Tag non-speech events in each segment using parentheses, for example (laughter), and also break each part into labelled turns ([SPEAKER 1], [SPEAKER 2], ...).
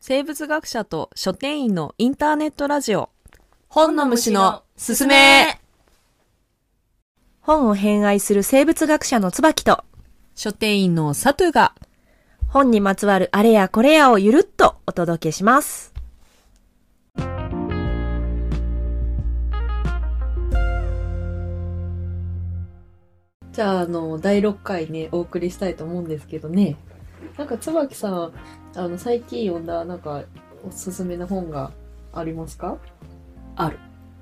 [SPEAKER 1] 生物学者と書店員のインターネットラジオ本の虫のすすめ
[SPEAKER 2] 本を偏愛する生物学者の椿と、
[SPEAKER 1] 書店員のサトゥが
[SPEAKER 2] 本にまつわるあれやこれやをゆるっとお届けします。
[SPEAKER 1] じゃあ、あの、第6回ね、お送りしたいと思うんですけどね。なんか、椿さん、あの、最近読んだ、なんか、おすすめの本がありますか
[SPEAKER 3] ある。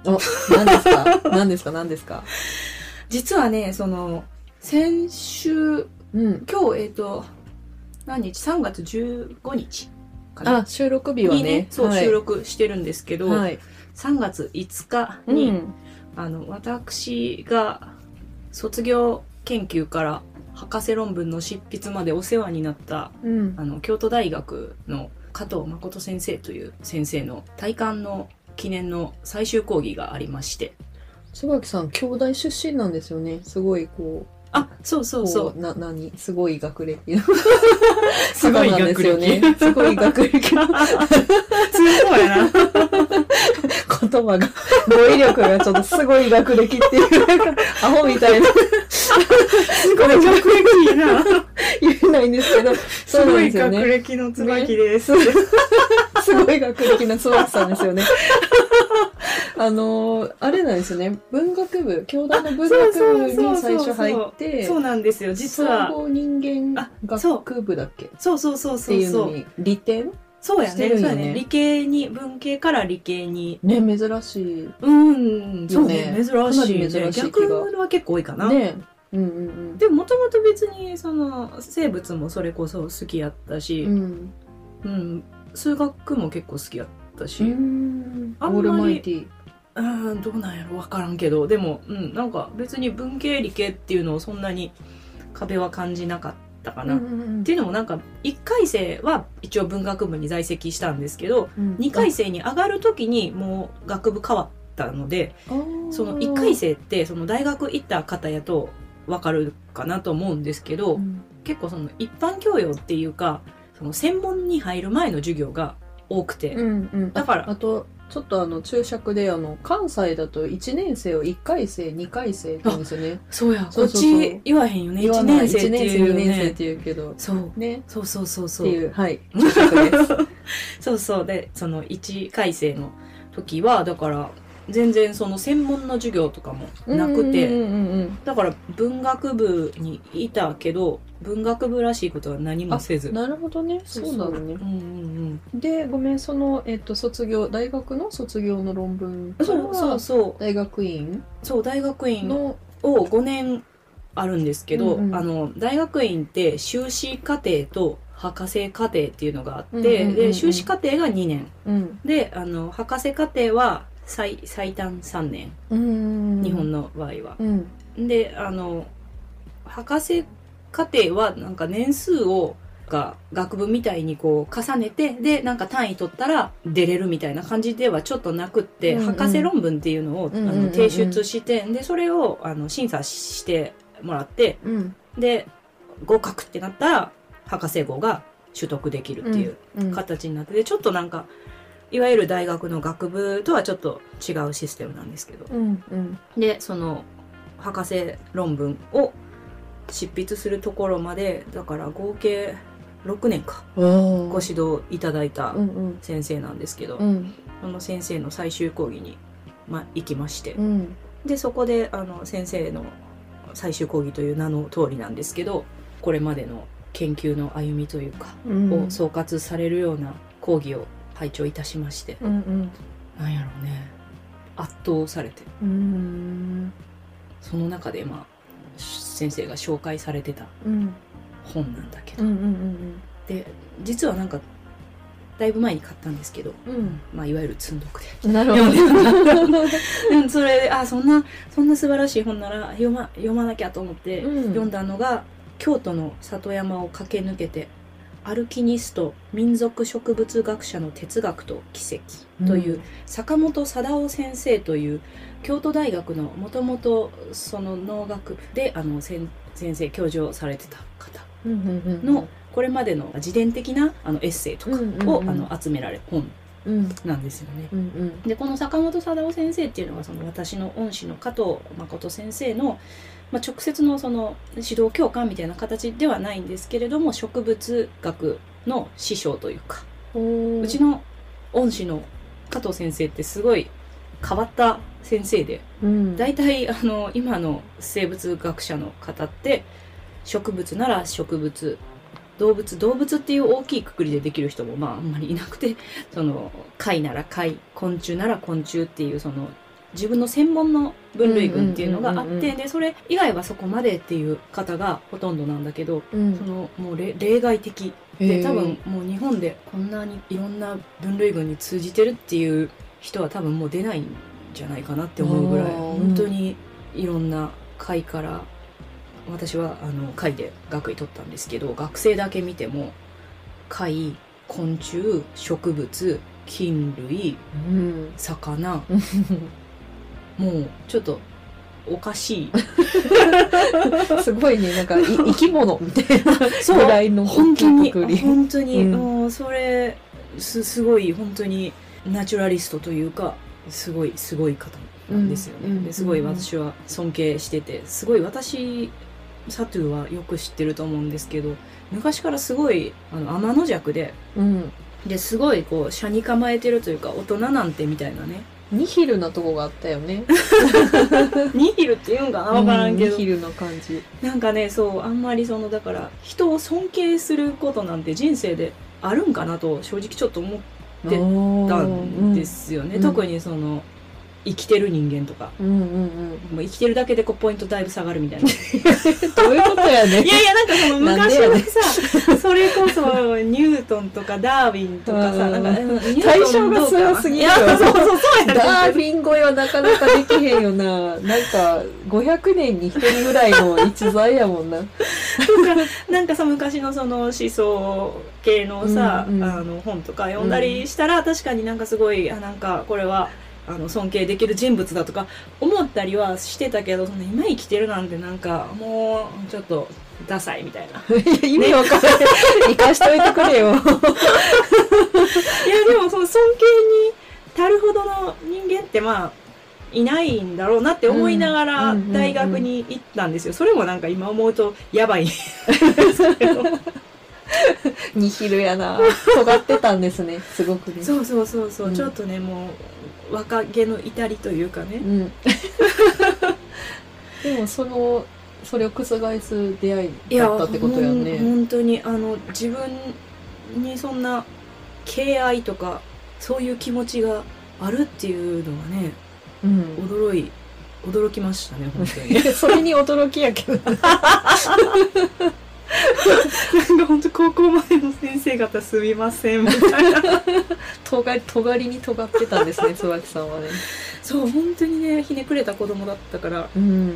[SPEAKER 1] お、何ですか (laughs) 何ですか何ですか
[SPEAKER 3] 実はね、その、先週、
[SPEAKER 1] うん。
[SPEAKER 3] 今日、えっ、と、何日 ?3 月15日かな。
[SPEAKER 1] あ、収録日はね。
[SPEAKER 3] にね、そう、
[SPEAKER 1] はい
[SPEAKER 3] 収録してるんですけど、
[SPEAKER 1] はい。
[SPEAKER 3] 3月5日
[SPEAKER 1] うん
[SPEAKER 3] に、あの、私が卒業研究から博士論文の執筆までお世話になった、
[SPEAKER 1] うん。
[SPEAKER 3] あの、京都大学の加藤誠先生という先生の体感の記念の最終講義がありまして。
[SPEAKER 1] 椿さん、兄弟出身なんですよね。すごい、こう、
[SPEAKER 3] あ、そうそうそ
[SPEAKER 1] こ
[SPEAKER 3] う。
[SPEAKER 1] う、な、なに、すごい学歴。
[SPEAKER 3] (laughs) すごい
[SPEAKER 1] 方なんで
[SPEAKER 3] (laughs) 学
[SPEAKER 1] すよ
[SPEAKER 3] 歴。
[SPEAKER 1] ね。すごい学歴の (laughs)
[SPEAKER 3] (laughs) そうやな。
[SPEAKER 1] 言葉が、 (laughs) 語彙力がちょっとすごい学歴っていう、なんかアホみたいな。すごい (laughs)
[SPEAKER 3] 学歴いいな。 (laughs)
[SPEAKER 1] 言えないんですけど、そうなんですよね。
[SPEAKER 3] 歴のです。
[SPEAKER 1] すごい学歴の椿さんですよね。 (laughs) あのーあれなんですよね。文学部、教団の文学部に最初入って、
[SPEAKER 3] そうなんですよ、実
[SPEAKER 1] 総
[SPEAKER 3] は。
[SPEAKER 1] 合人間
[SPEAKER 3] あそう
[SPEAKER 1] 学部だっけっ
[SPEAKER 3] そうそうそうそ
[SPEAKER 1] て
[SPEAKER 3] う
[SPEAKER 1] いう
[SPEAKER 3] そ
[SPEAKER 1] の
[SPEAKER 3] う。
[SPEAKER 1] に、利点
[SPEAKER 3] そうや
[SPEAKER 1] して
[SPEAKER 3] ね。
[SPEAKER 1] る
[SPEAKER 3] そ
[SPEAKER 1] ん
[SPEAKER 3] う
[SPEAKER 1] やね
[SPEAKER 3] やね。理系に、文系から理系に。
[SPEAKER 1] ね、珍しい。
[SPEAKER 3] うん、そうね。
[SPEAKER 1] よね
[SPEAKER 3] 珍しいね
[SPEAKER 1] かなり珍しい気が
[SPEAKER 3] 逆は結構多いかな。
[SPEAKER 1] ね。うんうん
[SPEAKER 3] でも、もともと別に、その、生物もそれこそ好きやった
[SPEAKER 1] う
[SPEAKER 3] し、
[SPEAKER 1] ん。
[SPEAKER 3] うん、数学も結構好きやった
[SPEAKER 1] う
[SPEAKER 3] し、
[SPEAKER 1] ん。オ
[SPEAKER 3] あんまり
[SPEAKER 1] ールマイティ。
[SPEAKER 3] うん、どうなんやろわからんけど、でも、うん、なんか別に文系理系っていうのをそんなに壁は感じなかったかな。っていうのもなんか1回生は一応文学部に在籍したんですけど2回生に上がる時にもう学部変わったのでその1回
[SPEAKER 1] 生
[SPEAKER 3] 生ってその大学行った方やと分かるかなと思うんですけど結構その一般教養っていうかその専門に入る前の授業が多くて
[SPEAKER 1] うんうん、
[SPEAKER 3] だから
[SPEAKER 1] ああとちょっとあの注釈であの関西だと1年生を1回生2回生って言うんですよね
[SPEAKER 3] そうや
[SPEAKER 1] そうそう
[SPEAKER 3] こっ
[SPEAKER 1] そう
[SPEAKER 3] ち言わへんよね
[SPEAKER 1] 言わ
[SPEAKER 3] 1
[SPEAKER 1] ない
[SPEAKER 3] 年生って
[SPEAKER 1] 1年生
[SPEAKER 3] い
[SPEAKER 1] 2
[SPEAKER 3] う
[SPEAKER 1] 年生っ
[SPEAKER 3] ね
[SPEAKER 1] て言うけど
[SPEAKER 3] そう
[SPEAKER 1] ね
[SPEAKER 3] そうそうそう
[SPEAKER 1] っ
[SPEAKER 3] そ
[SPEAKER 1] て
[SPEAKER 3] う
[SPEAKER 1] いうはい注釈です
[SPEAKER 3] そうそうでその1回生の時はだから全然その専門の授業とかもなくて、
[SPEAKER 1] うんうんうんうん
[SPEAKER 3] だから文学部にいたけど文学部らしいことは何もせず
[SPEAKER 1] なるほどねそうなのね
[SPEAKER 3] うんうん
[SPEAKER 1] でごめんその、えっと、卒業大学の卒業の論文
[SPEAKER 3] うんそうそうそう
[SPEAKER 1] 大学院
[SPEAKER 3] そう大学院
[SPEAKER 1] の
[SPEAKER 3] を5年あるんですけど、
[SPEAKER 1] うんうん
[SPEAKER 3] あの大学院って修士課程と博士課程っていうのがあって、
[SPEAKER 1] うんうんうんうん
[SPEAKER 3] で修士課程が2年
[SPEAKER 1] うん
[SPEAKER 3] であの博士課程は最最短3年、
[SPEAKER 1] うん
[SPEAKER 3] 日本
[SPEAKER 1] の
[SPEAKER 3] の場合は
[SPEAKER 1] うん
[SPEAKER 3] であの博士課程はなんか年数をが学部みたいにこう重ねてでなんか単位取ったら出れるみたいな感じではちょっとなくって、
[SPEAKER 1] うんうん
[SPEAKER 3] 博士論文っていうのを、
[SPEAKER 1] うんうんうん
[SPEAKER 3] あの提出してでそれをあの審査してもらって
[SPEAKER 1] うん
[SPEAKER 3] で合格ってなったら博士号が取得できるっていう形になってでちょっとなんかいわゆる大学の学部とはちょっと違うシステムなんですけど
[SPEAKER 1] うんうん
[SPEAKER 3] でその博士論文を執筆するところまでだから合計6年か
[SPEAKER 1] うん
[SPEAKER 3] ご指導いただいた
[SPEAKER 1] うんうん
[SPEAKER 3] 先生なんですけど、
[SPEAKER 1] うん
[SPEAKER 3] その先生の最終講義に、ま、行きまして
[SPEAKER 1] うん
[SPEAKER 3] でそこであの先生の最終講義という名の通りなんですけどこれまでの研究の歩みというか
[SPEAKER 1] うん
[SPEAKER 3] を総括されるような講義を拝聴いたしまして、
[SPEAKER 1] うんうん
[SPEAKER 3] なんやろうね圧倒されて
[SPEAKER 1] うーん
[SPEAKER 3] その中で、まあ、先生が紹介されてた
[SPEAKER 1] うん
[SPEAKER 3] 本なんだけ
[SPEAKER 1] う
[SPEAKER 3] ど、
[SPEAKER 1] んうん
[SPEAKER 3] で実はなんかだいぶ前に買ったんですけど、
[SPEAKER 1] うん
[SPEAKER 3] まあ、いわゆる積んどくで
[SPEAKER 1] うんなる
[SPEAKER 3] ほど
[SPEAKER 1] ほど
[SPEAKER 3] うんそれであそんなそんな素晴らしい本なら読ま読まなきゃと思って、
[SPEAKER 1] うん
[SPEAKER 3] 読んだのが京都の里山を駆け抜けてアルキニスト民族植物学者の哲学と奇跡という、坂本貞夫先生という京都大学のもともとその農学部であの先先生教授をされてた方のこれまでの自伝的なあのエッセイとかを、
[SPEAKER 1] うんうんうん
[SPEAKER 3] あの集められる本
[SPEAKER 1] うん
[SPEAKER 3] なんですよね。
[SPEAKER 1] うんうん
[SPEAKER 3] でこの坂本貞夫先生っていうのがその私の恩師の加藤誠先生の、まあ、直接のその指導教官みたいな形ではないんですけれども植物学の師匠というか、
[SPEAKER 1] おー
[SPEAKER 3] うちの恩師の加藤先生ってすごい変わった先生で
[SPEAKER 1] うん
[SPEAKER 3] 大体あの今の生物学者の方って植物なら植物動物動物っていう大きいくくりでできる人もまああんまりいなくてその貝なら貝昆虫なら昆虫っていうその自分の専門の分類群っていうのがあ
[SPEAKER 1] うん
[SPEAKER 3] っ
[SPEAKER 1] うんうんうん
[SPEAKER 3] てでそれ以外はそこまでっていう方がほとんどなんだけど
[SPEAKER 1] うん
[SPEAKER 3] そのもうれ例外的
[SPEAKER 1] へ
[SPEAKER 3] で
[SPEAKER 1] ー
[SPEAKER 3] 多分もう日本でこんなにいろんな分類群に通じてるっていう人は多分もう出ないんじゃないかなって思うぐらい
[SPEAKER 1] あー
[SPEAKER 3] 本当にいろんな会から私はあの会で学位取ったんですけど学生だけ見ても貝昆虫植物菌類
[SPEAKER 1] うん
[SPEAKER 3] 魚 (laughs) もうちょっとおかしい
[SPEAKER 1] すごいねなんかい生き物みたいな
[SPEAKER 3] そう
[SPEAKER 1] ぐらいの
[SPEAKER 3] 本当に
[SPEAKER 1] くくり
[SPEAKER 3] 本当
[SPEAKER 1] う
[SPEAKER 3] に、
[SPEAKER 1] ん
[SPEAKER 3] もうそれすすごい本当にナチュラリストというかすごいすごい方なんですよね、
[SPEAKER 1] うんうん
[SPEAKER 3] ですごい私は尊敬しててすごい私サトゥはよく知ってると思うんですけど昔からすごいあの天の弱で
[SPEAKER 1] うん
[SPEAKER 3] ですごいこう車に構えてるというか大人なんてみたいな
[SPEAKER 1] (laughs)
[SPEAKER 3] ね
[SPEAKER 1] ニヒルなとこがあったよね
[SPEAKER 3] ニヒルって言うんかな分からんけど
[SPEAKER 1] うニヒルな感じ
[SPEAKER 3] なんかねそうあんまりそのだから人を尊敬することなんて人生であるんかなと正直ちょっと思っ出たたんで、すよね、
[SPEAKER 1] うん
[SPEAKER 3] 特にその生きてる人間とか
[SPEAKER 1] うん、うんうんうん
[SPEAKER 3] もう生きてるだけでこうポイントだいぶ下がるみたいない
[SPEAKER 1] どういうことやね
[SPEAKER 3] やいやなんかその
[SPEAKER 1] なんで
[SPEAKER 3] 昔
[SPEAKER 1] やね
[SPEAKER 3] はさそれこそニュートンとかダーウィンとかさ
[SPEAKER 1] うん
[SPEAKER 3] なんかうんニュートン
[SPEAKER 1] 対象が
[SPEAKER 3] どうかな
[SPEAKER 1] 強すぎる
[SPEAKER 3] いやそうそうそうやね
[SPEAKER 1] ダーウィン超えはなかなかできへんよな。なんか、500年に1人ぐらいの逸材やもんな。
[SPEAKER 3] なんかさ昔のその思想系のさ、
[SPEAKER 1] うんうん
[SPEAKER 3] あの本とか読んだりしたら、確かになんかすごいあなんかこれはあの尊敬できる人物だとか思ったりはしてたけどその今生きてるなんてなんかもうちょっとダサいみたいない
[SPEAKER 1] 意味わかんない。 (laughs) 生かしといてくれよ。
[SPEAKER 3] やでもその尊敬に足るほどの人間ってまあいないんだろうなって思いなが
[SPEAKER 1] う
[SPEAKER 3] ら
[SPEAKER 1] んうんうんうん
[SPEAKER 3] 大学に行ったんですよ、それもなんか今思うとやばいですけど
[SPEAKER 1] ニヒルやな。尖ってたんですね。すごくね。
[SPEAKER 3] (laughs) そうそうそうそう、
[SPEAKER 1] うん
[SPEAKER 3] ちょっとねもう若気の至りというかね、
[SPEAKER 1] うん。 (laughs) でも、その、それを覆す出会いだったってことや
[SPEAKER 3] ほん
[SPEAKER 1] ね。
[SPEAKER 3] 本当にあの自分にそんな敬愛とかそういう気持ちがあるっていうのがね
[SPEAKER 1] うん。
[SPEAKER 3] 驚い驚きましたね本当に
[SPEAKER 1] (laughs) それに驚きやけど。
[SPEAKER 3] なんか本当高校までの先生方すみませんみたいな
[SPEAKER 1] 尖り、尖りに尖ってたんですね、椿さんはね。
[SPEAKER 3] そう本当にねひねくれた子供だったから
[SPEAKER 1] うん。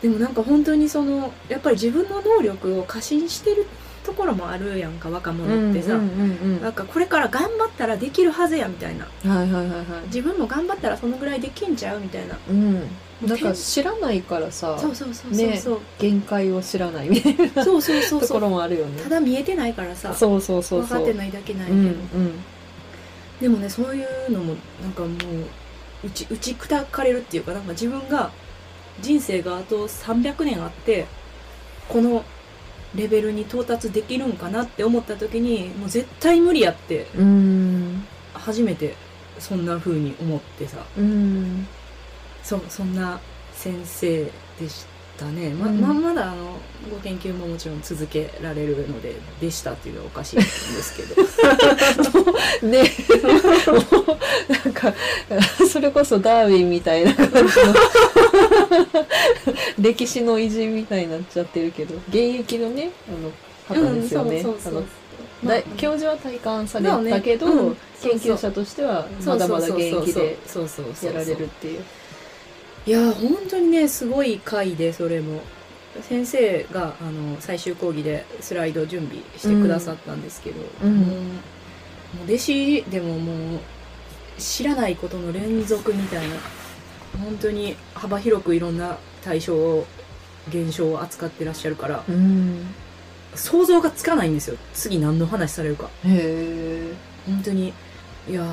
[SPEAKER 3] でもなんか本当にそのやっぱり自分の能力を過信してるところもあるやんか若者ってさ、
[SPEAKER 1] うんうんうん
[SPEAKER 3] なんかこれから頑張ったらできるはずやみたいな
[SPEAKER 1] うん。はいはいはいはい。
[SPEAKER 3] 自分も頑張ったらそのぐらいできんちゃうみたいな
[SPEAKER 1] うん、なん
[SPEAKER 3] 天
[SPEAKER 1] か知らないからさ
[SPEAKER 3] そうそうそうそう
[SPEAKER 1] ね
[SPEAKER 3] そう、
[SPEAKER 1] 限界を知らないみたいな
[SPEAKER 3] そうそうそう
[SPEAKER 1] (laughs) と
[SPEAKER 3] そ
[SPEAKER 1] こ
[SPEAKER 3] う
[SPEAKER 1] ろもあるよね
[SPEAKER 3] ただ見えてないからさ
[SPEAKER 1] そうそうそう
[SPEAKER 3] 分
[SPEAKER 1] そう
[SPEAKER 3] かってないだけないけ
[SPEAKER 1] う
[SPEAKER 3] ど、
[SPEAKER 1] んうん
[SPEAKER 3] でもねそういうのもなんかもう打ち打ち砕かれるっていうかなんか自分が人生があと300年あってこのレベルに到達できるんかなって思った時にもう絶対無理やって
[SPEAKER 1] うん
[SPEAKER 3] 初めてそんな風に思ってさ
[SPEAKER 1] うん
[SPEAKER 3] そそんな先生でしたねま,、
[SPEAKER 1] うん
[SPEAKER 3] ままだあのご研究ももちろん続けられるので「でした」っていうのはおかしいんですけど
[SPEAKER 1] ねもうなんかそれこそダーウィンみたいな感じの歴史の偉人みたいになっちゃってるけど現役のねあの方ですよね、
[SPEAKER 3] (laughs) うんそうそうそ
[SPEAKER 1] あ
[SPEAKER 3] う
[SPEAKER 1] の
[SPEAKER 3] まあ
[SPEAKER 1] だ教授は退官され
[SPEAKER 3] だよ
[SPEAKER 1] た
[SPEAKER 3] ね
[SPEAKER 1] けど、
[SPEAKER 3] うん
[SPEAKER 1] 研究者としてはまだまだ現役で
[SPEAKER 3] そうそうそうそう
[SPEAKER 1] やられるっていう。
[SPEAKER 3] いやー本当にねすごい回でそれも先生があの最終講義でスライド準備してくださったんですけど、
[SPEAKER 1] うん
[SPEAKER 3] もうもう弟子でももう知らないことの連続みたいな本当に幅広くいろんな対象を現象を扱ってらっしゃるから
[SPEAKER 1] うん
[SPEAKER 3] 想像がつかないんですよ次何の話されるか
[SPEAKER 1] へえ
[SPEAKER 3] 本当にいやーや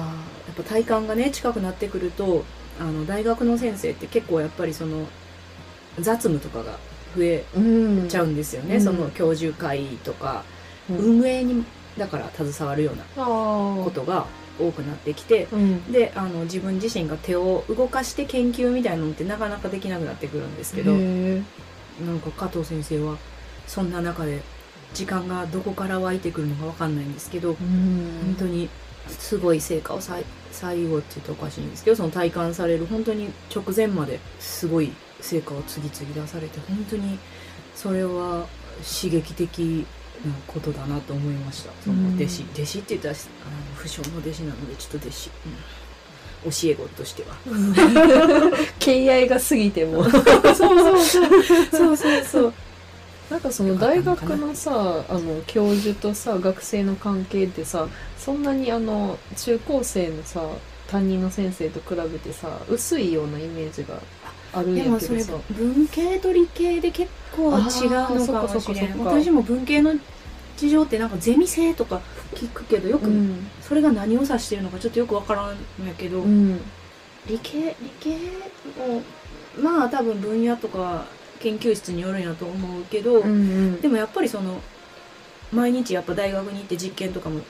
[SPEAKER 3] っぱ体感がね近くなってくるとあの大学の先生って結構やっぱりその雑務とかが増え
[SPEAKER 1] うん
[SPEAKER 3] ちゃうんですよね、
[SPEAKER 1] うん
[SPEAKER 3] その教授会とか、
[SPEAKER 1] うん
[SPEAKER 3] 運営にだから携わるような
[SPEAKER 1] ああ
[SPEAKER 3] ことが多くなってきて、
[SPEAKER 1] うん
[SPEAKER 3] であの自分自身が手を動かして研究みたいなのってなかなかできなくなってくるんですけど、
[SPEAKER 1] へ
[SPEAKER 3] なんか加藤先生はそんな中で時間がどこから湧いてくるのかわかんないんですけど、本
[SPEAKER 1] 本
[SPEAKER 3] 当にすごい成果を最最後って言うとおかしいんですけどその体感される本当に直前まですごい成果を次々出されて本当にそれは刺激的なことだなと思いましたその弟子、
[SPEAKER 1] うん
[SPEAKER 3] 弟子って言ったらあの不詳の弟子なのでちょっと弟子、うん教え子としては
[SPEAKER 1] 敬愛が過ぎても
[SPEAKER 3] そうそうそうそうそうそう
[SPEAKER 1] なんかその大学のさあの教授とさ学生の関係ってさそんなにあの中高生のさ担任の先生と比べてさ薄いようなイメージがあるん
[SPEAKER 3] で
[SPEAKER 1] や
[SPEAKER 3] も
[SPEAKER 1] け
[SPEAKER 3] そ
[SPEAKER 1] ど
[SPEAKER 3] れ
[SPEAKER 1] さ
[SPEAKER 3] 文系と理系で結構違うのかもしれ
[SPEAKER 1] あーそっかそっかそ
[SPEAKER 3] ん
[SPEAKER 1] っか
[SPEAKER 3] 私も文系の事情ってなんかゼミ生とか聞くけどよく
[SPEAKER 1] うん
[SPEAKER 3] それが何を指してるのかちょっとよくわからんやけど、
[SPEAKER 1] うん
[SPEAKER 3] 理系理系もまあ多分分野とか研究室によるんやと思うけど、
[SPEAKER 1] うん
[SPEAKER 3] でもやっぱりその毎日やっぱ大学に行って実験とかも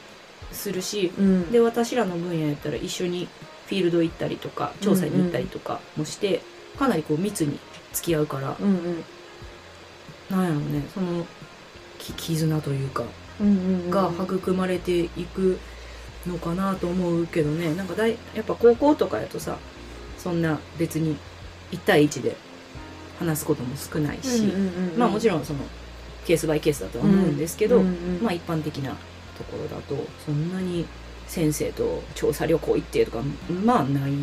[SPEAKER 3] するし、
[SPEAKER 1] うん
[SPEAKER 3] で私らの分野やったら一緒にフィールド行ったりとか調査に行ったりとかもして、かなりこう密に付き合うから、
[SPEAKER 1] うんうん
[SPEAKER 3] なんやろうねそのき絆というか
[SPEAKER 1] うんうんうん
[SPEAKER 3] が育まれていくのかなと思うけどねなんかだいやっぱ高校とかやとさそんな別に1対1で話すことも少ないし、
[SPEAKER 1] うんうんうん
[SPEAKER 3] まあもちろんそのケースバイケースだとは思うんですけど、
[SPEAKER 1] うんうん
[SPEAKER 3] まあ一般的なところだとそんなに先生と調査旅行行ってとかまあない
[SPEAKER 1] う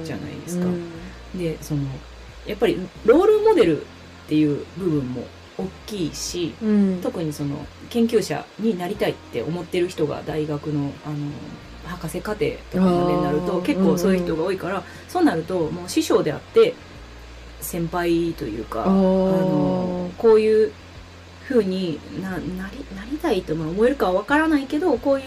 [SPEAKER 1] ん
[SPEAKER 3] じゃないですか
[SPEAKER 1] うん
[SPEAKER 3] でそのやっぱりロールモデルっていう部分も大きいし、
[SPEAKER 1] うん
[SPEAKER 3] 特にその研究者になりたいって思ってる人が大学のあの博士課程とかまでになる
[SPEAKER 1] あ
[SPEAKER 3] と
[SPEAKER 1] ー
[SPEAKER 3] 結構そういう人が多いから、そうなるともう師匠であって先輩というか
[SPEAKER 1] あ
[SPEAKER 3] あの
[SPEAKER 1] の
[SPEAKER 3] こういうふうにななりなりたいとまあ思えるかは分からないけどこういう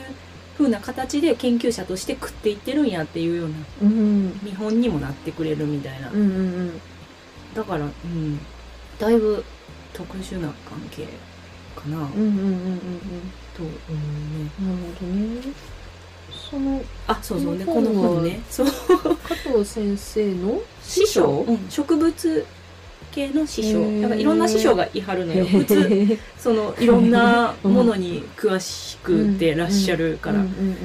[SPEAKER 3] ふうな形で研究者として食っていってるんやっていうような
[SPEAKER 1] うん
[SPEAKER 3] 見本にもなってくれるみたいな、
[SPEAKER 1] うんうん
[SPEAKER 3] だから、うん、だいぶ特殊な関係かな、
[SPEAKER 1] うんうんうんうんうん
[SPEAKER 3] と思うね。
[SPEAKER 1] なるほどね。その
[SPEAKER 3] あ、そうそう。で、
[SPEAKER 1] こ
[SPEAKER 3] こ
[SPEAKER 1] の
[SPEAKER 3] の
[SPEAKER 1] 本は
[SPEAKER 3] 本ね。そう。
[SPEAKER 1] 加藤先生 (laughs) の
[SPEAKER 3] 師匠、植物系の師
[SPEAKER 1] へ
[SPEAKER 3] 匠。
[SPEAKER 1] ー
[SPEAKER 3] だからいろんな師匠がいはるのよ。普通、その、いろんなものに詳しくてらっしゃるか
[SPEAKER 1] う
[SPEAKER 3] ら
[SPEAKER 1] ん。うん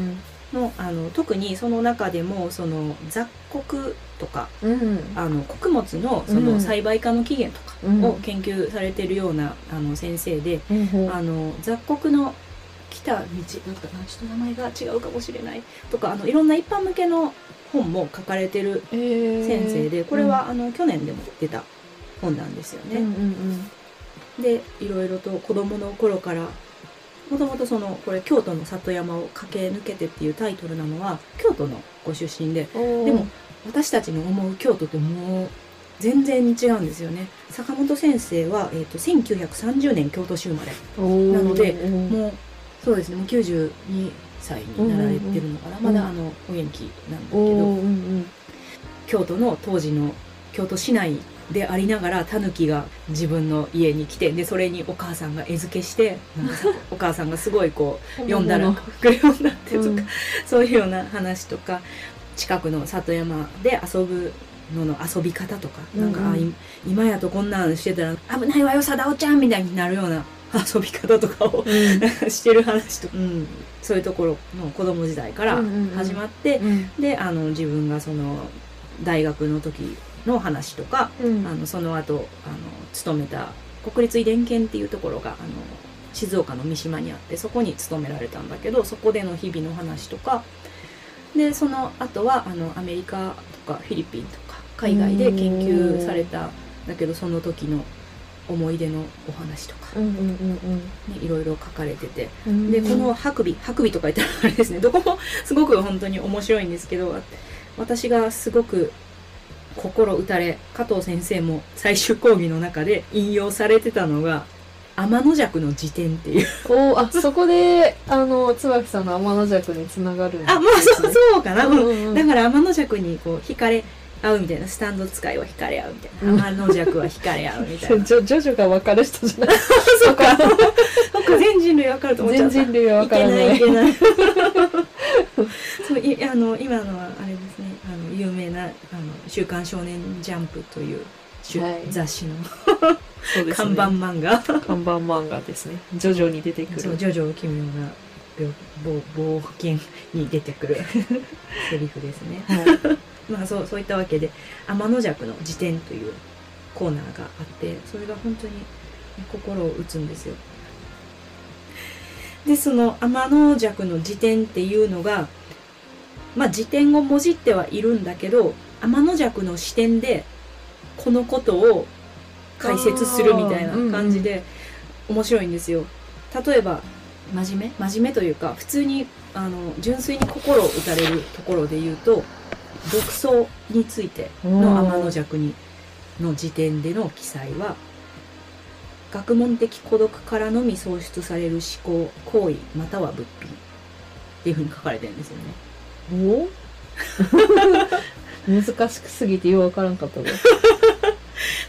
[SPEAKER 3] の、あの、特にその中でも、その、雑穀とか、
[SPEAKER 1] うんうん
[SPEAKER 3] あの、穀物の、そうの、
[SPEAKER 1] ん
[SPEAKER 3] 栽培化の起源と
[SPEAKER 1] うん
[SPEAKER 3] かを研究されてるような、あの、先生で、
[SPEAKER 1] うんうん
[SPEAKER 3] あの雑穀の来た道なんかなちょっと名前が違うかもしれないとかあのいろんな一般向けの本も書かれてる
[SPEAKER 1] えー
[SPEAKER 3] 先生でこれは、あの去年でも出た本なんですよ
[SPEAKER 1] うんうん
[SPEAKER 3] ね。でいろいろと子供の頃からもともとそのこれ「京都の里山を駆け抜けて」っていうタイトルなのは京都のご出身で
[SPEAKER 1] うんうん
[SPEAKER 3] でも私たちの思う京都ともう全然違うんですよね。坂本先生は、えー、と1930年京都市生まれ。
[SPEAKER 1] おー
[SPEAKER 3] なので
[SPEAKER 1] うん
[SPEAKER 3] もうそうですねもう92歳になられてるのかな、
[SPEAKER 1] うん
[SPEAKER 3] まだあのお元気なんだけ
[SPEAKER 1] おー
[SPEAKER 3] ど
[SPEAKER 1] うんうん
[SPEAKER 3] 京都の当時の京都市内でありながらタヌキが自分の家に来てでそれにお母さんが餌付けしてな
[SPEAKER 1] (laughs)
[SPEAKER 3] んかさお母さんがすごいこう読んだら
[SPEAKER 1] う
[SPEAKER 3] クレヨンだってとか、
[SPEAKER 1] うん
[SPEAKER 3] そういうような話とか近くの里山で遊ぶのの遊び方とか、なん
[SPEAKER 1] うんう
[SPEAKER 3] か
[SPEAKER 1] ん
[SPEAKER 3] あい今やとこんなんしてたら「危ないわよ貞おちゃん」みたいになるような遊び方とかを (laughs) してる話とか、うん、そういうところの子供時代から
[SPEAKER 1] うんうんうん
[SPEAKER 3] 始まって、
[SPEAKER 1] うん
[SPEAKER 3] であの自分がその大学の時の話とか、
[SPEAKER 1] うん
[SPEAKER 3] あのその後あの勤めた国立遺伝研っていうところがあの静岡の三島にあってそこに勤められたんだけどそこでの日々の話とかでその後はあのアメリカとかフィリピンとか海外で研究されたんだけどその時の思い出のお話とか、
[SPEAKER 1] う
[SPEAKER 3] ね、
[SPEAKER 1] んうんうん
[SPEAKER 3] いろいろ書かれてて
[SPEAKER 1] うん
[SPEAKER 3] でこの「ハクビ」「ハクビ」とか言ったらあれですねどこもすごく本当に面白いんですけど私がすごく心打たれ加藤先生も最終講義の中で引用されてたのが天の弱の辞典っていう。
[SPEAKER 1] おあそこであの椿さんの天の弱につながるんです
[SPEAKER 3] あ、まあそう、そうかな。うん
[SPEAKER 1] んうん
[SPEAKER 3] だから天の弱にこう、惹かれ合うみたいな。スタンド使いは惹かれ合うみたいな。天の弱は惹かれ合うみたい
[SPEAKER 1] そう (laughs)
[SPEAKER 3] な。
[SPEAKER 1] ジョジョジョが分かる人じゃない
[SPEAKER 3] (laughs) そうか。なんか全人類わかると思っちゃ
[SPEAKER 1] 全
[SPEAKER 3] った。
[SPEAKER 1] 人類は分
[SPEAKER 3] い
[SPEAKER 1] か
[SPEAKER 3] け
[SPEAKER 1] ら
[SPEAKER 3] な
[SPEAKER 1] ない
[SPEAKER 3] い
[SPEAKER 1] い
[SPEAKER 3] いけない。
[SPEAKER 1] (laughs)
[SPEAKER 3] そういあの今のはあれですねあの有名なあの「週刊少年ジャンプ」という週、
[SPEAKER 1] はい
[SPEAKER 3] 雑誌の
[SPEAKER 1] そうです
[SPEAKER 3] 看
[SPEAKER 1] ね
[SPEAKER 3] 板
[SPEAKER 1] (laughs)
[SPEAKER 3] 漫画
[SPEAKER 1] 看板漫画ですねジョジョに出てく
[SPEAKER 3] そう
[SPEAKER 1] る
[SPEAKER 3] ジョジョ奇妙な病冒冒険に出てくる (laughs) セリフですね。
[SPEAKER 1] はい
[SPEAKER 3] まあそうそういったわけで天の弱の辞典というコーナーがあってそれが本当に心を打つんですよでその天の弱の辞典っていうのがまあ辞典をもじってはいるんだけど天の弱の視点でこのことを解説するみたいな感じで面白いんですよ、例えば真面目真面目というか普通にあの純粋に心を打たれるところで言うと独走についての天の弱にの時点での記載は学問的孤独からのみ創出される思考行為または物品っていうふうに書かれてるんですよね。
[SPEAKER 1] お (laughs) 難しくすぎてよう分からんかったわ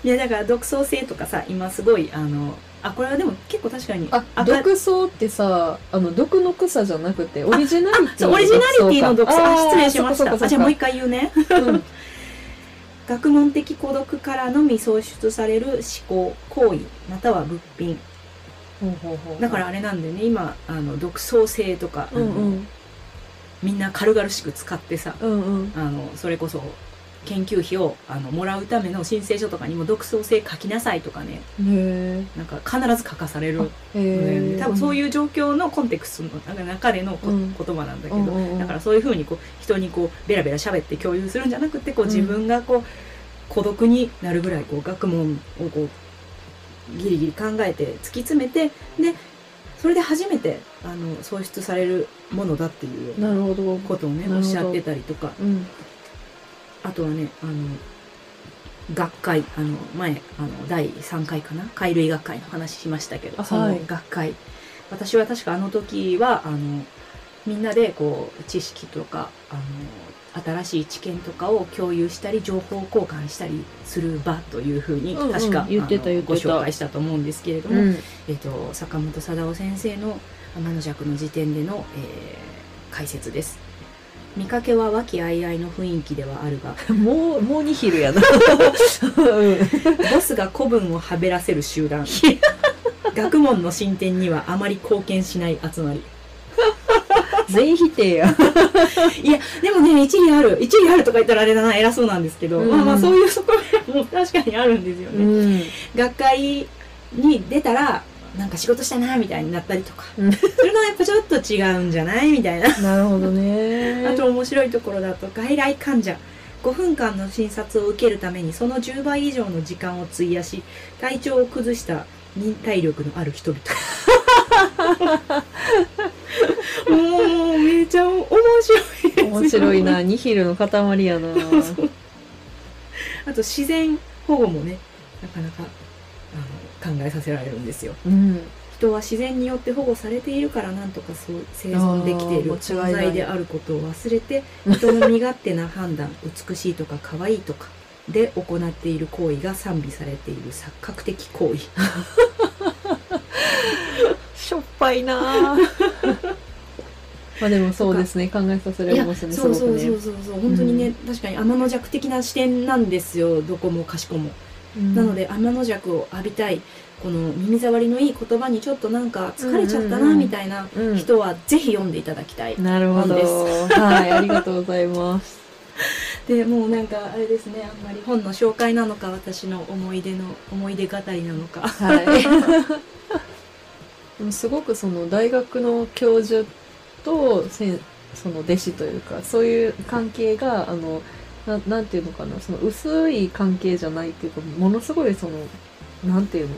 [SPEAKER 3] いやだから独創性とかさ今すごいあのあこれはでも結構確かに
[SPEAKER 1] あ、
[SPEAKER 3] 赤い
[SPEAKER 1] 毒草ってさ、あの、毒の草じゃなくて、オリジナリティ
[SPEAKER 3] そうオリジナリティの独創あ失礼しました
[SPEAKER 1] あーそっかそっかそっか
[SPEAKER 3] あじゃあもう一回言うね
[SPEAKER 1] うん
[SPEAKER 3] (laughs) 学問的孤独からのみ創出される思考行為または物品
[SPEAKER 1] ほうほうほう
[SPEAKER 3] だからあれなんだよね今あの独創性とか、あ
[SPEAKER 1] う
[SPEAKER 3] の
[SPEAKER 1] んうん。
[SPEAKER 3] みんな軽々しく使ってさ
[SPEAKER 1] うんうん。
[SPEAKER 3] あのそれこそ研究費をあのもらうための申請書とかにも独創性書きなさいとかね
[SPEAKER 1] へ
[SPEAKER 3] なんか必ず書かされるのよ
[SPEAKER 1] え。へ
[SPEAKER 3] ね
[SPEAKER 1] え。
[SPEAKER 3] 多分そう
[SPEAKER 1] い
[SPEAKER 3] いう状況のコンテクストの中でのこ
[SPEAKER 1] うん
[SPEAKER 3] 言葉なんだけ
[SPEAKER 1] う
[SPEAKER 3] ど、
[SPEAKER 1] んうんうん
[SPEAKER 3] だからそういうふうにこう人にこうベラベラ喋って共有するんじゃなくてこう
[SPEAKER 1] うん
[SPEAKER 3] 自分がこう孤独になるぐらいこう学問をこうギリギリ考えて突き詰めてでそれで初めてあの創出されるものだっていうような
[SPEAKER 1] なるほど。
[SPEAKER 3] ことをね
[SPEAKER 1] なるほど
[SPEAKER 3] おっしゃってたりとか
[SPEAKER 1] うん。
[SPEAKER 3] あとはねあの学会あの前あの第3回かな貝類学会の話しましたけど
[SPEAKER 1] あ
[SPEAKER 3] その
[SPEAKER 1] はい
[SPEAKER 3] 学会、私は確かあの時はあのみんなでこう知識とかあの新しい知見とかを共有したり情報交換したりする場というふうに
[SPEAKER 1] うんうん
[SPEAKER 3] 確か、
[SPEAKER 1] 言ってた
[SPEAKER 3] あの
[SPEAKER 1] 言ってた
[SPEAKER 3] ご紹介したと思うんですけれども、
[SPEAKER 1] うん。
[SPEAKER 3] えっと坂本貞夫先生の「天の弱の時点での、えー解説です。見かけは和気あいあいの雰囲気ではあるが
[SPEAKER 1] もう、もうニヒル
[SPEAKER 3] (laughs)
[SPEAKER 1] やな。うん
[SPEAKER 3] ボスが古文をはべらせる集団。学問の進展にはあまり貢献しない集まり。
[SPEAKER 1] 全員否定や。
[SPEAKER 3] いや、でもね、一理ある。一理あるとか言ったらあれだな、偉そうなんですけど、
[SPEAKER 1] うん
[SPEAKER 3] まあまあそういうところも確かにあるんですよね。
[SPEAKER 1] ん。
[SPEAKER 3] 学会に出たら、なんか仕事したな、みたいになったりとか。
[SPEAKER 1] うん
[SPEAKER 3] それのはやっぱちょっと違うんじゃないみたいな。
[SPEAKER 1] なるほどね。
[SPEAKER 3] あと面白いところだと外来患者5分間の診察を受けるためにその10倍以上の時間を費やし体調を崩した忍耐力のあ
[SPEAKER 1] (laughs)
[SPEAKER 3] る人々もうめちゃ面白いですよ
[SPEAKER 1] 面白いな。ニヒルの塊やな。
[SPEAKER 3] あと自然保護もねなかなかあの考えさせられるんですよ
[SPEAKER 1] うん。
[SPEAKER 3] 人は自然によって保護されているからなんとかそう生存できている
[SPEAKER 1] あー
[SPEAKER 3] 存
[SPEAKER 1] 間違いない
[SPEAKER 3] 在であることを忘れて人の身勝手な判断美しいとか可愛いとかで行っている行為が賛美されている錯覚的行為
[SPEAKER 1] しょっぱいな (laughs) まあでもそうですね考えさせられますねす
[SPEAKER 3] そう
[SPEAKER 1] ご
[SPEAKER 3] そ
[SPEAKER 1] く
[SPEAKER 3] う
[SPEAKER 1] ね
[SPEAKER 3] そうそうそう本当にね、確かに天の弱的な視点なんですよどこもかしこも、なので天の弱を浴びたいこの耳障りのいい言葉にちょっとなんか疲れちゃ
[SPEAKER 1] う
[SPEAKER 3] った
[SPEAKER 1] んうん
[SPEAKER 3] な
[SPEAKER 1] うん
[SPEAKER 3] みたいな
[SPEAKER 1] うん、
[SPEAKER 3] 人はぜひ読んでいただきたい
[SPEAKER 1] なるほど
[SPEAKER 3] なんです
[SPEAKER 1] はいありがとうございます
[SPEAKER 3] でもうなんかあれですねあんまり本の紹介なのか私の思い出の思い出語りなのか
[SPEAKER 1] はいでもすごくその大学の教授とせんその弟子というかそういう関係があのななんていうのかなその薄い関係じゃないっていうかものすごいそのなんていうの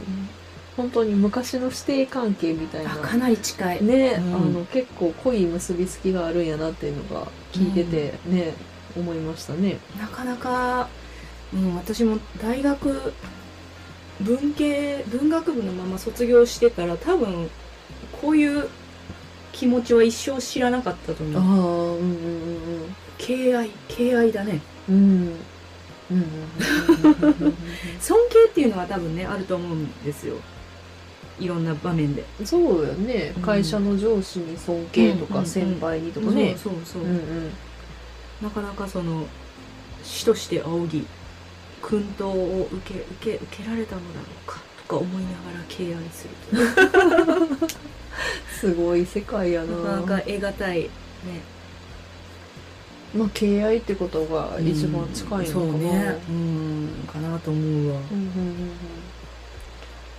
[SPEAKER 1] 本当に昔の師弟関係みたいな
[SPEAKER 3] あかなり近い、
[SPEAKER 1] ね、
[SPEAKER 3] うん
[SPEAKER 1] あの結構濃い結びつきがあるんやなっていうのが聞いててね、思いましたね。
[SPEAKER 3] なかなか、うん、私も大学文系文学部のまま卒業してたら多分こういう気持ちは一生知らなかったと
[SPEAKER 1] ああ
[SPEAKER 3] 思う
[SPEAKER 1] うんうん
[SPEAKER 3] 敬愛敬愛だね
[SPEAKER 1] うんうんうんうんうん
[SPEAKER 3] 尊敬っていうのは多分ねあると思うんですよいろんな場面で
[SPEAKER 1] うんそうよね
[SPEAKER 3] うん
[SPEAKER 1] 会社の上司に尊敬と
[SPEAKER 3] うんうんう
[SPEAKER 1] か
[SPEAKER 3] ん
[SPEAKER 1] 先輩にとかね
[SPEAKER 3] そうそうそう、
[SPEAKER 1] うんうん
[SPEAKER 3] なかなかその師として仰ぎ薫陶を受け受け受けられたのだろうかとか思いながら敬愛するという
[SPEAKER 1] すごい世界や
[SPEAKER 3] なか
[SPEAKER 1] な
[SPEAKER 3] なか得難いね
[SPEAKER 1] まあ敬愛ってことが一番近いのかな、
[SPEAKER 3] うんそうねうんかなと思う
[SPEAKER 1] うんう
[SPEAKER 3] わ
[SPEAKER 1] んうんうん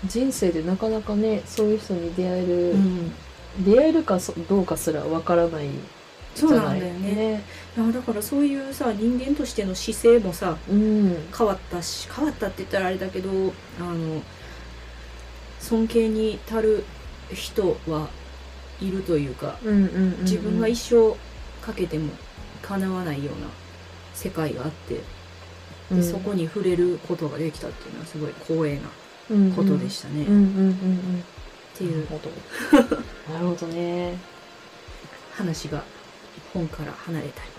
[SPEAKER 1] 人生でなかなかねそういう人に出会える、
[SPEAKER 3] うん
[SPEAKER 1] 出会えるかそどうかすらわからないじ
[SPEAKER 3] そう
[SPEAKER 1] ゃ
[SPEAKER 3] な
[SPEAKER 1] ない
[SPEAKER 3] んだよねいやだからそういうさ人間としての姿勢もさ
[SPEAKER 1] うん
[SPEAKER 3] 変わったし変わったって言ったらあれだけどあの尊敬に足る人はいるというか
[SPEAKER 1] うんうんうんうん
[SPEAKER 3] 自分が一生かけても叶わないような世界があって、で
[SPEAKER 1] うん
[SPEAKER 3] そこに触れることができたっていうのはすごい光栄なことでした
[SPEAKER 1] うん
[SPEAKER 3] ね、っ
[SPEAKER 1] うんうんうん
[SPEAKER 3] ていう
[SPEAKER 1] なるほど (laughs) なるほどね
[SPEAKER 3] 話が本から離れたり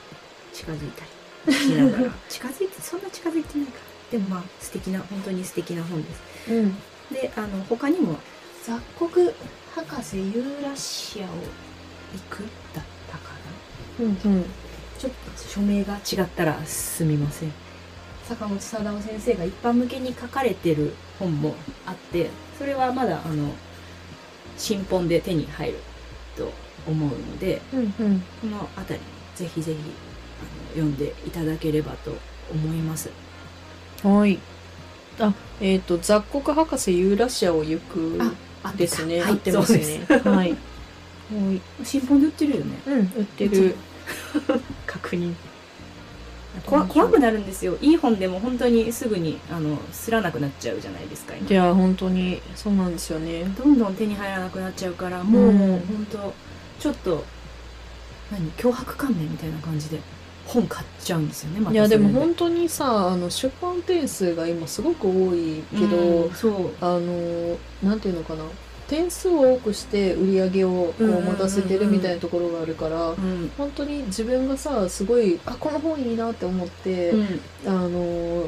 [SPEAKER 3] 近づいたりしな
[SPEAKER 1] (laughs)
[SPEAKER 3] がら近づいてそんな近づいてないかでもまあ素敵な本当に素敵な本です
[SPEAKER 1] うん
[SPEAKER 3] であの他にも「雑穀博士ユーラシアを行く」だったかな
[SPEAKER 1] うんうん
[SPEAKER 3] ちょっと署名が違ったらすみません坂本貞夫先生が一般向けに書かれてる本もあってそれはまだあの新本で手に入ると思うので
[SPEAKER 1] うんうん
[SPEAKER 3] この辺りぜひぜひあの読んでいただければと思います
[SPEAKER 1] はいあえっ、と雑穀博士ユーラシアを行く
[SPEAKER 3] あ
[SPEAKER 1] ですね
[SPEAKER 3] は
[SPEAKER 1] 合
[SPEAKER 3] い
[SPEAKER 1] ってますね
[SPEAKER 3] そうで
[SPEAKER 1] はいはい
[SPEAKER 3] す新本で売ってるよね
[SPEAKER 1] うん売ってる
[SPEAKER 3] 確認怖怖くなるんですよいい本でも本当にすぐにあのすらなくなっちゃうじゃないですか今
[SPEAKER 1] いや本当にそうなんですよね
[SPEAKER 3] どんどん手に入らなくなっちゃうからもう、
[SPEAKER 1] うん
[SPEAKER 3] 本当ちょっと何脅迫観念みたいな感じで本買っちゃうんですよねまた
[SPEAKER 1] いやでも
[SPEAKER 3] それ
[SPEAKER 1] 本当にさあの出版点数が今すごく多いけど、
[SPEAKER 3] うんそう
[SPEAKER 1] あのなんていうのかな点数を多くして売り上げをこう
[SPEAKER 3] うんうんうんうん
[SPEAKER 1] 持たせてるみたいなところがあるから、
[SPEAKER 3] うん
[SPEAKER 1] 本当に自分がさすごいあこの本いいなって思って、
[SPEAKER 3] うん
[SPEAKER 1] あの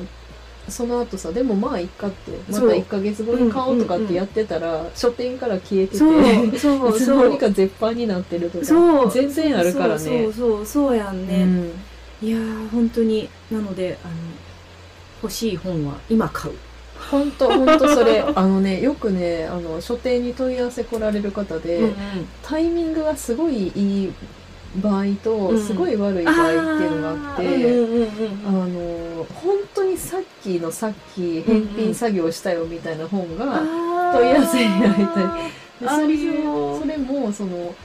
[SPEAKER 1] その後さでもまあいっかってま
[SPEAKER 3] そう
[SPEAKER 1] た1ヶ月後に買おうとかってやってたら、書店から消えてて (laughs)
[SPEAKER 3] そう
[SPEAKER 1] い
[SPEAKER 3] そう
[SPEAKER 1] つの間
[SPEAKER 3] そ
[SPEAKER 1] に
[SPEAKER 3] う
[SPEAKER 1] か絶版になってるとか
[SPEAKER 3] そう
[SPEAKER 1] 全然あるからね
[SPEAKER 3] そうそうそうそうやん
[SPEAKER 1] う
[SPEAKER 3] ね、
[SPEAKER 1] ん
[SPEAKER 3] いやー本当になのであの欲しい本は今買う
[SPEAKER 1] 本当本当それ (laughs) あのねよくねあの書店に問い合わせ来られる方で、タイミングがすごいいい場合と、
[SPEAKER 3] うん
[SPEAKER 1] すごい悪い場合っていうのがあって。あの本当にさっきのさっき返品作業したよみたいな本が、問い合わせに入ったりで
[SPEAKER 3] あ
[SPEAKER 1] それ
[SPEAKER 3] そう
[SPEAKER 1] それもその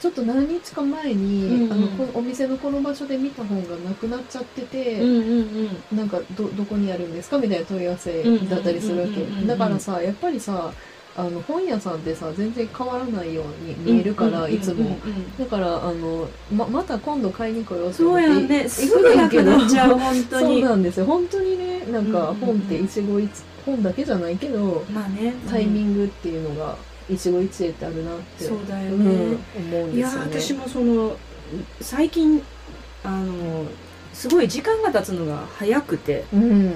[SPEAKER 1] ちょっと何日か前に、
[SPEAKER 3] うんうん
[SPEAKER 1] あのこお店のこの場所で見た本がなくなっちゃってて、
[SPEAKER 3] うんうんうん
[SPEAKER 1] なんかどどこにあるんですかみたいな問い合わせだったりするわ
[SPEAKER 3] うんうんうんうんう
[SPEAKER 1] け
[SPEAKER 3] ん
[SPEAKER 1] だからさやっぱりさあの本屋さんってさ全然変わらないように見えるから、いつもだからあのままた今度買いに来ようと
[SPEAKER 3] そう
[SPEAKER 1] 思って
[SPEAKER 3] やんねすぐなくなっちゃう本当
[SPEAKER 1] そう
[SPEAKER 3] に
[SPEAKER 1] なんですよ本当にねなん
[SPEAKER 3] うんうんう
[SPEAKER 1] か
[SPEAKER 3] ん
[SPEAKER 1] 本って一期一本だけじゃないけど
[SPEAKER 3] まあね
[SPEAKER 1] タイミ
[SPEAKER 3] グ
[SPEAKER 1] ングっていうのが一期一会ってあるなって
[SPEAKER 3] そうだよ
[SPEAKER 1] う
[SPEAKER 3] ね
[SPEAKER 1] ん、思うん
[SPEAKER 3] い
[SPEAKER 1] で
[SPEAKER 3] や
[SPEAKER 1] すよね
[SPEAKER 3] 私もその最近あのすごい時間が経つのが早くて
[SPEAKER 1] うん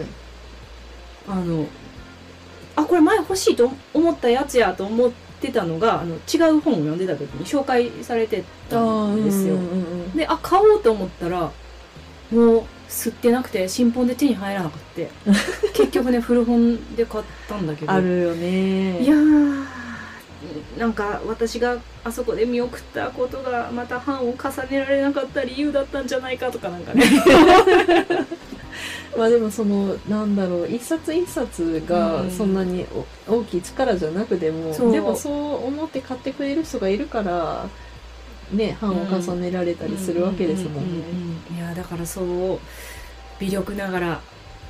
[SPEAKER 3] あのあこれ前欲しいと思ったやつやと思ってたのがあの違う本を読んでた時に紹介されてたんですよ
[SPEAKER 1] うんうんうん
[SPEAKER 3] であ買おうと思ったらもう吸ってなくて新本で手に入らなかった
[SPEAKER 1] (laughs)
[SPEAKER 3] 結局ね古本で買ったんだけど
[SPEAKER 1] あるよね
[SPEAKER 3] いやーなんか私があそこで見送ったことがまた版を重ねられなかった理由だったんじゃないかとかなんかね
[SPEAKER 1] まあでもそのなんだろう一冊一冊
[SPEAKER 3] う
[SPEAKER 1] が
[SPEAKER 3] ん
[SPEAKER 1] そんなにお大きい力じゃなくても、
[SPEAKER 3] そう
[SPEAKER 1] でもそう思って買ってくれる人がいるからね版を重ねられたりするわけですもんね
[SPEAKER 3] う。ううんうんいやだからそう微力ながら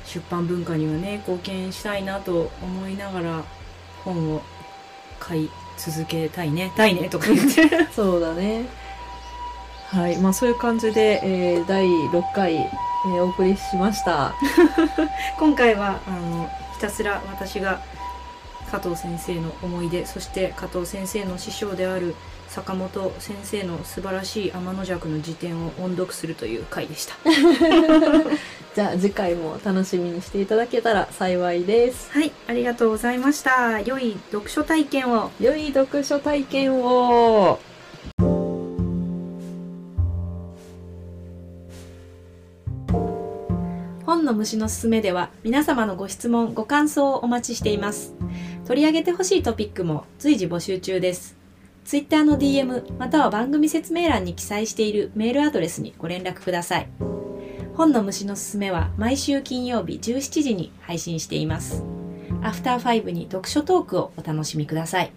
[SPEAKER 3] 出版文化にはね貢献したいなと思いながら本を買い続けたいねたいねとか言って
[SPEAKER 1] そうだね。はい、まあそういう感じで、えー第6回、えーお送りしました。
[SPEAKER 3] 今回はあのひたすら私が加藤先生の思い出そして加藤先生の師匠である坂本先生の素晴らしい天の弱の辞典を音読するという回でした。
[SPEAKER 1] じゃあ次回も楽しみにしていただけたら幸いです。
[SPEAKER 3] はい、ありがとうございました。良い読書体験を。
[SPEAKER 1] 良い読書体験を
[SPEAKER 3] 本の虫のすすめでは皆様のご質問、ご感想をお待ちしています。取り上げてほしいトピックも随時募集中です。Twitter の DM または番組説明欄に記載しているメールアドレスにご連絡ください。本の虫のすすめは毎週金曜日17時に配信しています。アフターファイブに読書トークをお楽しみください。